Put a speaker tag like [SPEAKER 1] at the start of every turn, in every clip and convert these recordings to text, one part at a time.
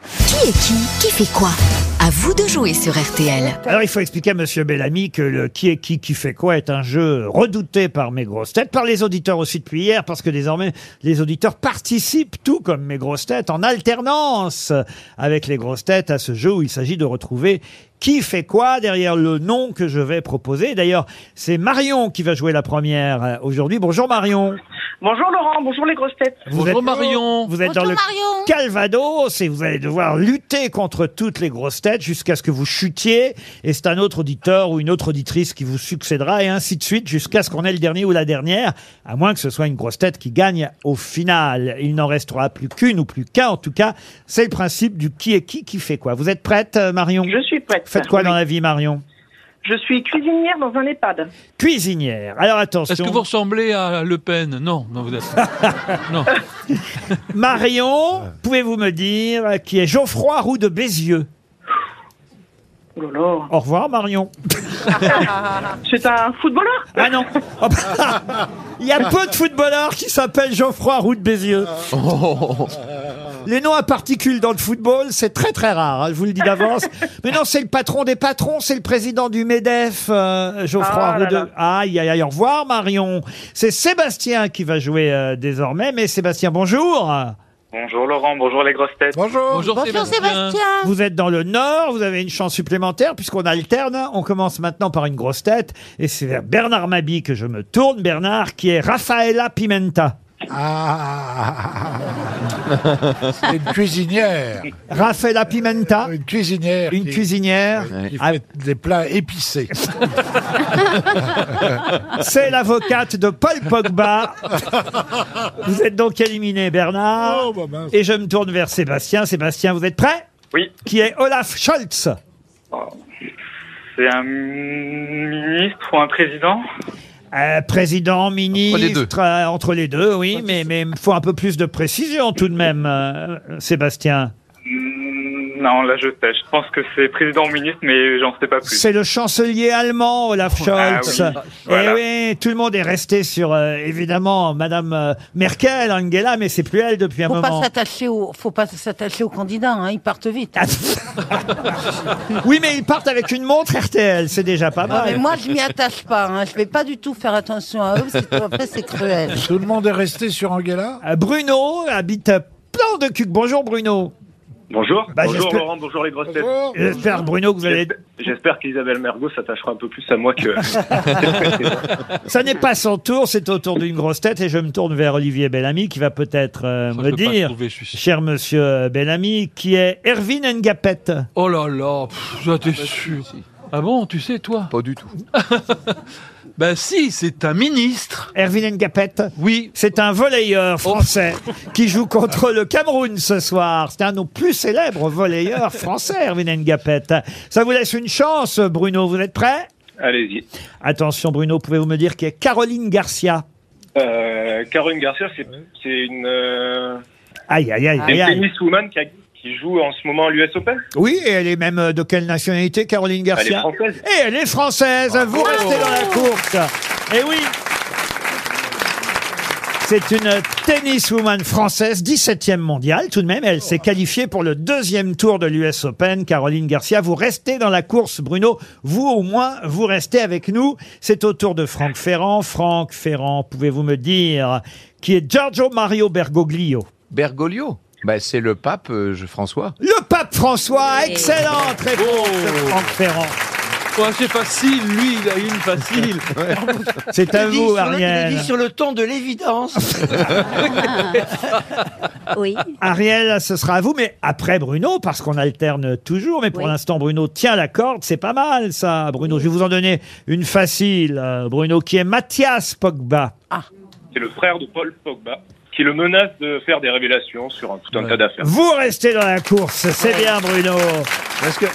[SPEAKER 1] Qui est qui Qui fait quoi À vous de jouer sur RTL.
[SPEAKER 2] Alors, il faut expliquer à Monsieur Bellamy que le qui est qui, qui fait quoi est un jeu redouté par mes grosses têtes, par les auditeurs aussi depuis hier, parce que désormais, les auditeurs participent tout comme mes grosses têtes, en alternance avec les grosses têtes à ce jeu où il s'agit de retrouver qui fait quoi derrière le nom que je vais proposer. D'ailleurs, c'est Marion qui va jouer la première euh, aujourd'hui. Bonjour Marion.
[SPEAKER 3] Bonjour Laurent, bonjour les grosses têtes.
[SPEAKER 2] Vous êtes- Vous êtes dans le Calvados et vous allez devoir lutter contre toutes les grosses têtes jusqu'à ce que vous chutiez. Et c'est un autre auditeur ou une autre auditrice qui vous succédera et ainsi de suite jusqu'à ce qu'on ait le dernier ou la dernière, à moins que ce soit une grosse tête qui gagne au final. Il n'en restera plus qu'une ou plus qu'un en tout cas. C'est le principe du qui est qui qui fait quoi. Vous êtes prête euh, Marion
[SPEAKER 3] Je suis prête.
[SPEAKER 2] Faites quoi
[SPEAKER 3] Oui.
[SPEAKER 2] dans la vie Marion
[SPEAKER 3] Je suis cuisinière dans un EHPAD.
[SPEAKER 2] Cuisinière. Alors attention.
[SPEAKER 4] Est-ce que vous ressemblez à Le Pen Non, non, vous êtes. non.
[SPEAKER 2] Marion, pouvez-vous me dire euh, qui est Geoffroy Roux de Bézieux
[SPEAKER 3] Oh là là.
[SPEAKER 2] Au revoir Marion.
[SPEAKER 3] C'est un footballeur
[SPEAKER 2] Ah non Oh, bah, Il y a peu de footballeurs qui s'appellent Geoffroy Roux de Bézieux.
[SPEAKER 5] Oh.
[SPEAKER 2] Les noms à particules dans le football, c'est très très rare, hein, je vous le dis d'avance. Mais non, c'est le patron des patrons, c'est le président du MEDEF, euh, Geoffroy
[SPEAKER 3] Ah
[SPEAKER 2] Roux
[SPEAKER 3] là
[SPEAKER 2] de...
[SPEAKER 3] là.
[SPEAKER 2] Aïe, aïe, aïe, au revoir Marion. C'est Sébastien qui va jouer euh, désormais. Mais Sébastien, bonjour.
[SPEAKER 6] Bonjour Laurent, bonjour les grosses têtes.
[SPEAKER 7] Bonjour.
[SPEAKER 4] Bonjour, Sébastien.
[SPEAKER 2] Vous êtes dans le Nord, vous avez une chance supplémentaire puisqu'on alterne. On commence maintenant par une grosse tête. Et c'est vers Bernard Mabi que je me tourne. Bernard, qui est Rafaela Pimenta.
[SPEAKER 7] Ah. C'est une cuisinière.
[SPEAKER 2] Rafaela Pimenta,
[SPEAKER 7] Une cuisinière.
[SPEAKER 2] une
[SPEAKER 7] qui-
[SPEAKER 2] cuisinière.
[SPEAKER 7] Qui
[SPEAKER 2] Ah,
[SPEAKER 7] fait des plats épicés.
[SPEAKER 2] C'est l'avocate de Paul Pogba. Vous êtes donc éliminé, Bernard.
[SPEAKER 7] Oh, bah mince.
[SPEAKER 2] Et je me tourne vers Sébastien. Sébastien, vous êtes prêt
[SPEAKER 6] Oui,
[SPEAKER 2] Qui est Olaf Scholz.
[SPEAKER 6] c'est un ministre ou un président
[SPEAKER 2] Euh, président, ministre,
[SPEAKER 4] les deux.
[SPEAKER 2] euh, entre les deux, oui, mais mais il faut un peu plus de précision tout de même, euh, Sébastien.
[SPEAKER 6] Mm, Non, là je sais. Je pense que c'est président ou ministre, mais j'en sais pas plus.
[SPEAKER 2] C'est le chancelier allemand, Olaf
[SPEAKER 6] Ah
[SPEAKER 2] Scholz.
[SPEAKER 6] oui, voilà.
[SPEAKER 2] Et oui, tout le monde est resté sur, euh, évidemment, Madame euh, Merkel, Angela, mais c'est plus elle depuis un
[SPEAKER 8] Faut pas
[SPEAKER 2] moment.
[SPEAKER 8] s'attacher au, faut pas s'attacher aux candidats, hein, ils partent vite.
[SPEAKER 2] Ah, oui, mais ils partent avec une montre RTL, c'est déjà pas
[SPEAKER 8] Non, mais
[SPEAKER 2] mal.
[SPEAKER 8] moi, je m'y attache pas. Hein. Je vais pas du tout faire attention à eux. Parce que après, c'est cruel.
[SPEAKER 7] Tout le monde est resté sur Angela
[SPEAKER 2] Euh, Bruno habite euh, plan de cul. Bonjour Bruno.
[SPEAKER 9] Bonjour.
[SPEAKER 2] Bah,
[SPEAKER 9] bonjour
[SPEAKER 2] j'espère-
[SPEAKER 9] Laurent, bonjour les grosses têtes.
[SPEAKER 7] Bonjour.
[SPEAKER 2] J'espère Bruno que vous allez.
[SPEAKER 9] J'espère- J'espère qu'Isabelle Mergot s'attachera un peu plus à moi que.
[SPEAKER 2] Ça n'est pas son tour, c'est au tour d'une grosse tête et je me tourne vers Olivier Bellamy qui va peut-être euh,
[SPEAKER 4] Ça, je
[SPEAKER 2] me
[SPEAKER 4] peux pas
[SPEAKER 2] dire,
[SPEAKER 4] trouver, je suis sûr.
[SPEAKER 2] cher Monsieur Bellamy, qui est Erwin Ngapet.
[SPEAKER 4] Oh là là, pff, ça
[SPEAKER 5] bah,
[SPEAKER 4] t'es sûr. Ah bon, tu sais, toi Pas du tout. ben si, c'est un ministre.
[SPEAKER 2] Erwin Ngapet.
[SPEAKER 4] Oui,
[SPEAKER 2] C'est un
[SPEAKER 4] Oh.
[SPEAKER 2] volleyeur français qui joue contre le Cameroun ce soir. C'est un de nos plus célèbres volleyeurs français, Erwin Ngapet. Ça vous laisse une chance, Bruno. Vous êtes prêts
[SPEAKER 9] Allez-y.
[SPEAKER 2] Attention, Bruno, pouvez-vous me dire qui est Caroline Garcia
[SPEAKER 9] Euh, Caroline Garcia, c'est c'est une, euh,
[SPEAKER 2] Aïe, aïe, aïe,
[SPEAKER 9] une
[SPEAKER 2] aïe, aïe.
[SPEAKER 9] tenniswoman qui, a- qui joue en ce moment à l'US Open.
[SPEAKER 2] Oui, et elle est même euh, de quelle nationalité, Caroline
[SPEAKER 9] Elle est
[SPEAKER 2] Garcia
[SPEAKER 9] française.
[SPEAKER 2] Et elle est française, vous restez dans la course. Et oui c'est une tenniswoman française, 17e mondiale tout de même. Elle s'est qualifiée pour le deuxième tour de l'US Open. Caroline Garcia, vous restez dans la course, Bruno. Vous au moins, vous restez avec nous. C'est au tour de Franck Ferrand. Franck Ferrand, pouvez-vous me dire qui est Giorgio Mario Bergoglio
[SPEAKER 5] Bergoglio bah, C'est le pape euh, je- François.
[SPEAKER 2] Le pape François, excellente réponse,
[SPEAKER 4] Oh.
[SPEAKER 2] Franck Ferrand.
[SPEAKER 4] Ouais, c'est facile, lui, il a une facile.
[SPEAKER 2] C'est à
[SPEAKER 8] Il dit
[SPEAKER 2] vous,
[SPEAKER 8] sur le- Il
[SPEAKER 2] Ariel.
[SPEAKER 8] dit sur le ton de l'évidence.
[SPEAKER 1] Oui.
[SPEAKER 2] Ariel, ce sera à vous, mais après Bruno, parce qu'on alterne toujours. Mais pour
[SPEAKER 1] Oui.
[SPEAKER 2] l'instant, Bruno tient la corde. C'est pas mal, ça, Bruno. Je vais vous en donner une facile, euh, Bruno, qui est Mathias Pogba.
[SPEAKER 9] C'est le frère de Paul Pogba qui le menace de faire des révélations sur un- tout un tas d'affaires.
[SPEAKER 2] Vous restez dans la course. C'est bien, Bruno.
[SPEAKER 5] Parce que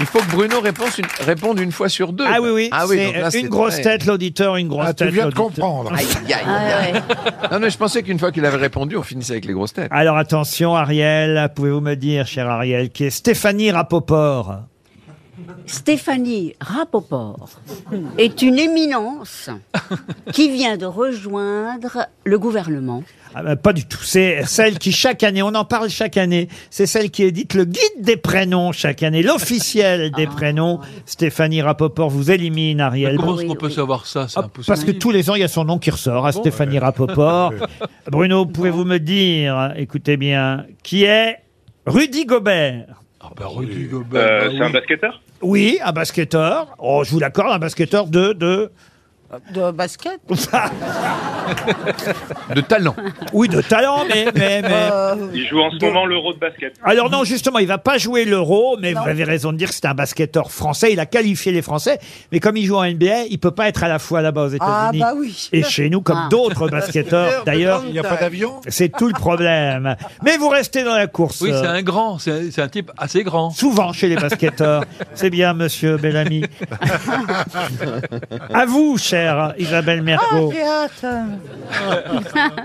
[SPEAKER 5] il faut que Bruno réponde une, réponde une fois sur deux.
[SPEAKER 2] Ah oui, oui.
[SPEAKER 5] Ah oui,
[SPEAKER 2] c'est
[SPEAKER 5] donc là,
[SPEAKER 2] une grosse
[SPEAKER 5] ouais.
[SPEAKER 2] tête, l'auditeur, une grosse
[SPEAKER 7] Ah,
[SPEAKER 2] tête.
[SPEAKER 7] tu viens de
[SPEAKER 2] l'auditeur.
[SPEAKER 7] comprendre.
[SPEAKER 5] Aïe, aïe, aïe.
[SPEAKER 10] Ah,
[SPEAKER 5] Non, non, je pensais qu'une fois qu'il avait répondu, on finissait avec les grosses têtes.
[SPEAKER 2] Alors attention, Ariel, pouvez-vous me dire, cher Ariel, qui est Stéphanie Rapoport
[SPEAKER 10] Stéphanie Rapoport est une éminence qui vient de rejoindre le gouvernement.
[SPEAKER 2] Ah bah, pas du tout. C'est celle qui, chaque année, on en parle chaque année, c'est celle qui édite le guide des prénoms chaque année, l'officiel des prénoms. Stéphanie Rapoport vous élimine, Ariel.
[SPEAKER 4] Comment est-ce qu'on peut savoir ça C'est impossible.
[SPEAKER 2] Ah, Parce que tous les ans, il y a son nom qui ressort à Stéphanie Rapoport. Bruno, pouvez-vous me dire, écoutez bien, qui est Rudy Gobert
[SPEAKER 4] Ah bah, Rudy
[SPEAKER 9] Euh,
[SPEAKER 4] Gobert.
[SPEAKER 9] c'est un basketteur
[SPEAKER 2] Oui, un basketteur. Oh, je vous l'accorde, un basketteur de... de...
[SPEAKER 8] De basket
[SPEAKER 5] De talent.
[SPEAKER 2] Oui, de talent, mais... mais, mais...
[SPEAKER 4] Oh,
[SPEAKER 8] Euh,
[SPEAKER 9] Il joue en ce moment l'Euro de basket.
[SPEAKER 2] Alors
[SPEAKER 8] Mm.
[SPEAKER 2] non, justement, il va pas jouer l'Euro, mais vous avez raison de dire que c'est un basketteur français. Il a qualifié les Français, mais comme il joue en NBA, il peut pas être à la fois là-bas aux
[SPEAKER 8] Ah
[SPEAKER 2] États-Unis
[SPEAKER 8] bah oui.
[SPEAKER 2] et chez nous, comme
[SPEAKER 10] Ah.
[SPEAKER 2] d'autres basketteurs. D'ailleurs,
[SPEAKER 7] Il n'y a pas d'avion
[SPEAKER 2] c'est tout le problème. Mais vous restez dans la course.
[SPEAKER 4] Oui, c'est
[SPEAKER 2] euh,
[SPEAKER 4] un grand, c'est un- c'est un type assez grand.
[SPEAKER 2] Souvent chez les basketteurs. C'est bien, monsieur Bellamy. à vous, chère Isabelle
[SPEAKER 8] Ah,
[SPEAKER 2] Mergo,
[SPEAKER 8] j'ai hâte.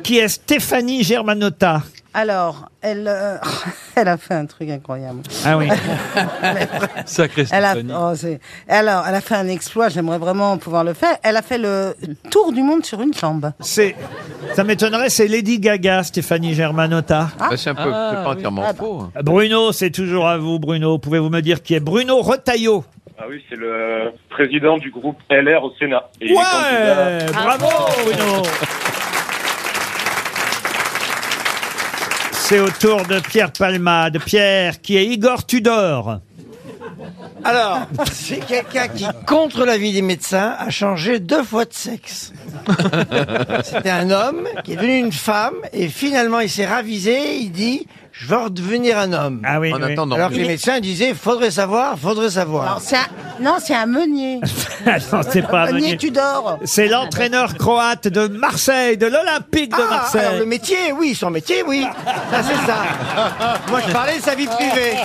[SPEAKER 2] qui est Stéphanie Germanotta.
[SPEAKER 8] Alors, elle, euh, elle a fait un truc incroyable.
[SPEAKER 2] Ah oui.
[SPEAKER 4] Sacré
[SPEAKER 8] Elle a,
[SPEAKER 4] Stéphanie.
[SPEAKER 8] oh, c'est- alors, elle a fait un exploit, j'aimerais vraiment pouvoir le faire. Elle a fait le tour du monde sur une jambe.
[SPEAKER 2] C'est, ça m'étonnerait, c'est Lady Gaga, Stéphanie Germanotta.
[SPEAKER 5] Bah, c'est un peu,
[SPEAKER 4] Ah,
[SPEAKER 5] c'est pas
[SPEAKER 4] oui.
[SPEAKER 5] entièrement
[SPEAKER 8] Ah bah.
[SPEAKER 5] faux. hein.
[SPEAKER 2] Bruno, c'est toujours à vous, Bruno. Pouvez-vous me dire qui est Bruno Retailleau
[SPEAKER 9] Ah oui, c'est le président du groupe LR au Sénat. Et il est
[SPEAKER 2] Ouais
[SPEAKER 9] candidat-
[SPEAKER 2] Bravo, Bruno C'est au tour de Pierre Palmade. Pierre, qui est Igor Tudor.
[SPEAKER 11] Alors, c'est quelqu'un qui, contre l'avis des médecins, a changé deux fois de sexe. C'était un homme qui est devenu une femme et finalement il s'est ravisé, il dit je veux redevenir un homme.
[SPEAKER 2] Ah oui,
[SPEAKER 5] En
[SPEAKER 2] oui.
[SPEAKER 5] attendant.
[SPEAKER 11] Alors que les médecins disaient faudrait savoir, faudrait
[SPEAKER 8] Alors,
[SPEAKER 11] savoir.
[SPEAKER 8] c'est un- non, c'est un meunier.
[SPEAKER 2] Ah non, c'est pas
[SPEAKER 8] meunier
[SPEAKER 2] Meunier.
[SPEAKER 8] Tudor.
[SPEAKER 2] C'est l'entraîneur croate de Marseille, de l'Olympique de
[SPEAKER 11] Ah, alors
[SPEAKER 2] Marseille.
[SPEAKER 11] le métier, oui, son métier, oui. Ça c'est ça. Moi je parlais de sa vie privée.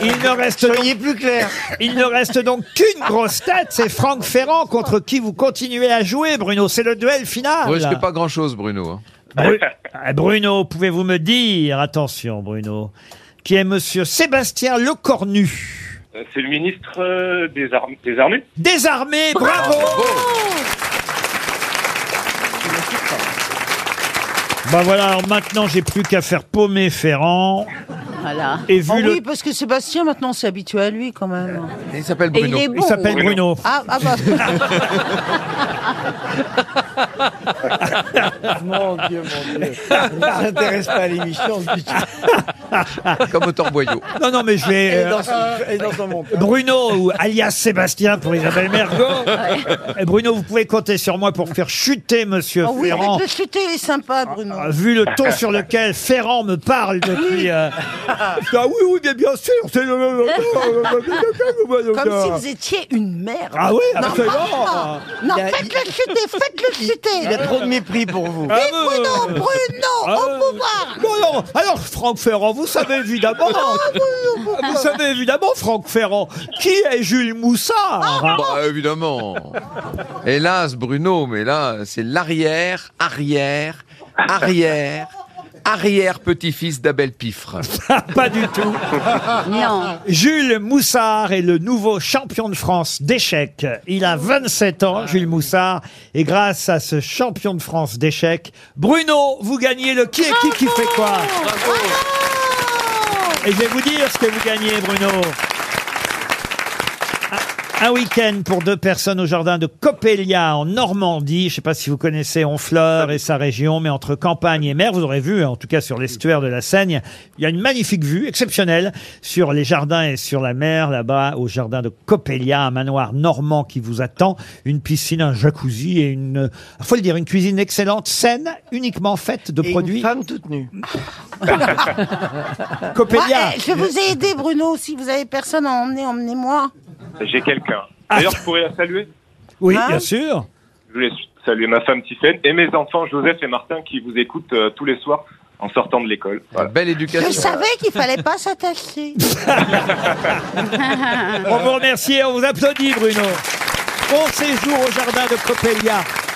[SPEAKER 2] Il ne reste donc
[SPEAKER 11] Soyez plus clair.
[SPEAKER 2] Il ne reste donc qu'une grosse tête, c'est Franck Ferrand contre qui vous continuez à jouer, Bruno. C'est le duel final.
[SPEAKER 5] Vous risquez pas grand chose, Bruno. hein.
[SPEAKER 2] Bru- Ah, Bruno, pouvez-vous me dire, attention Bruno, qui est monsieur Sébastien Lecornu
[SPEAKER 9] Euh, C'est le ministre euh, des, armes- des armées.
[SPEAKER 2] Désarmé, bravo Bah voilà, alors maintenant j'ai plus qu'à faire paumer Ferrand.
[SPEAKER 10] Voilà.
[SPEAKER 2] Et
[SPEAKER 8] Oh
[SPEAKER 2] vu le...
[SPEAKER 8] oui, parce que Sébastien, maintenant, c'est habitué à lui, quand même.
[SPEAKER 5] Et il s'appelle
[SPEAKER 10] Et il
[SPEAKER 5] Bruno.
[SPEAKER 10] est
[SPEAKER 2] Il
[SPEAKER 10] bon.
[SPEAKER 2] s'appelle Bruno.
[SPEAKER 8] Ah, ah bah...
[SPEAKER 11] Mon Dieu, mon Dieu. Ça ne s'intéresse pas à l'émission. ce petit-
[SPEAKER 5] Comme au Torboyau.
[SPEAKER 2] Non, non, mais je
[SPEAKER 11] Et
[SPEAKER 7] Ah,
[SPEAKER 2] vais... euh,
[SPEAKER 11] dans son- et dans son monde.
[SPEAKER 2] Bruno, ou alias Sébastien pour Isabelle Mergo. Bruno, vous pouvez compter sur moi pour faire chuter Monsieur
[SPEAKER 8] Oh oui,
[SPEAKER 2] Ferrand.
[SPEAKER 8] le chuté, il est sympa, Bruno.
[SPEAKER 2] Ah, Vu le ton sur lequel Ferrand me parle depuis. euh, Ah oui, oui, bien, bien sûr, c'est le.
[SPEAKER 8] Comme si vous étiez une merde.
[SPEAKER 2] Ah oui, absolument.
[SPEAKER 8] Ah, non,
[SPEAKER 11] Il y a-
[SPEAKER 8] faites-le chuter, faites-le
[SPEAKER 11] Il a
[SPEAKER 8] chuter.
[SPEAKER 11] trop de mépris pour vous.
[SPEAKER 2] Ah, mais-
[SPEAKER 8] Bruno, Bruno,
[SPEAKER 2] Ah,
[SPEAKER 8] au
[SPEAKER 2] ouais.
[SPEAKER 8] pouvoir.
[SPEAKER 2] Non, non, alors Franck Ferrand, vous savez évidemment.
[SPEAKER 8] Ah
[SPEAKER 2] vous savez évidemment, Franck Ferrand, qui est Jules
[SPEAKER 8] Ah
[SPEAKER 2] Moussard
[SPEAKER 4] Ah.
[SPEAKER 5] Bah, évidemment. Hélas, Bruno, mais là, c'est l'arrière, arrière, arrière, arrière petit-fils d'Abel Pifre.
[SPEAKER 2] Pas du tout.
[SPEAKER 10] Non.
[SPEAKER 2] Jules Moussard est le nouveau champion de France d'échecs. Il a 27 ans, Jules Moussard, et grâce à ce champion de France d'échecs, Bruno, vous gagnez le qui est qui qui fait quoi. Et je vais vous dire ce que vous gagnez, Bruno. Un- Un week-end pour deux personnes au jardin de Coppelia en Normandie. Je ne sais pas si vous connaissez Honfleur et sa région, mais entre campagne et mer, vous aurez vu, en tout cas sur l'estuaire de la Seine, il y a une magnifique vue exceptionnelle sur les jardins et sur la mer là-bas au jardin de Coppelia, un manoir normand qui vous attend, une piscine, un jacuzzi et une, faut le dire, une cuisine excellente, saine, uniquement faite de
[SPEAKER 11] Et
[SPEAKER 2] produits
[SPEAKER 11] une femme toute nue.
[SPEAKER 2] Coppelia.
[SPEAKER 8] Ah, eh, je vous ai aidé, Bruno. Si vous avez personne à emmener, emmenez-moi.
[SPEAKER 9] J'ai quelqu'un.
[SPEAKER 2] Ah.
[SPEAKER 9] D'ailleurs, je pourrais la saluer.
[SPEAKER 2] Oui,
[SPEAKER 8] Hein
[SPEAKER 2] bien sûr.
[SPEAKER 9] Je voulais saluer ma femme Tiffaine et mes enfants Joseph et Martin qui vous écoutent euh, tous les soirs en sortant de l'école. Voilà.
[SPEAKER 5] Belle
[SPEAKER 8] Je
[SPEAKER 5] éducation.
[SPEAKER 8] savais qu'il fallait pas s'attacher.
[SPEAKER 2] On vous remercie et on vous applaudit, Bruno. Bon séjour au jardin de Coppelia.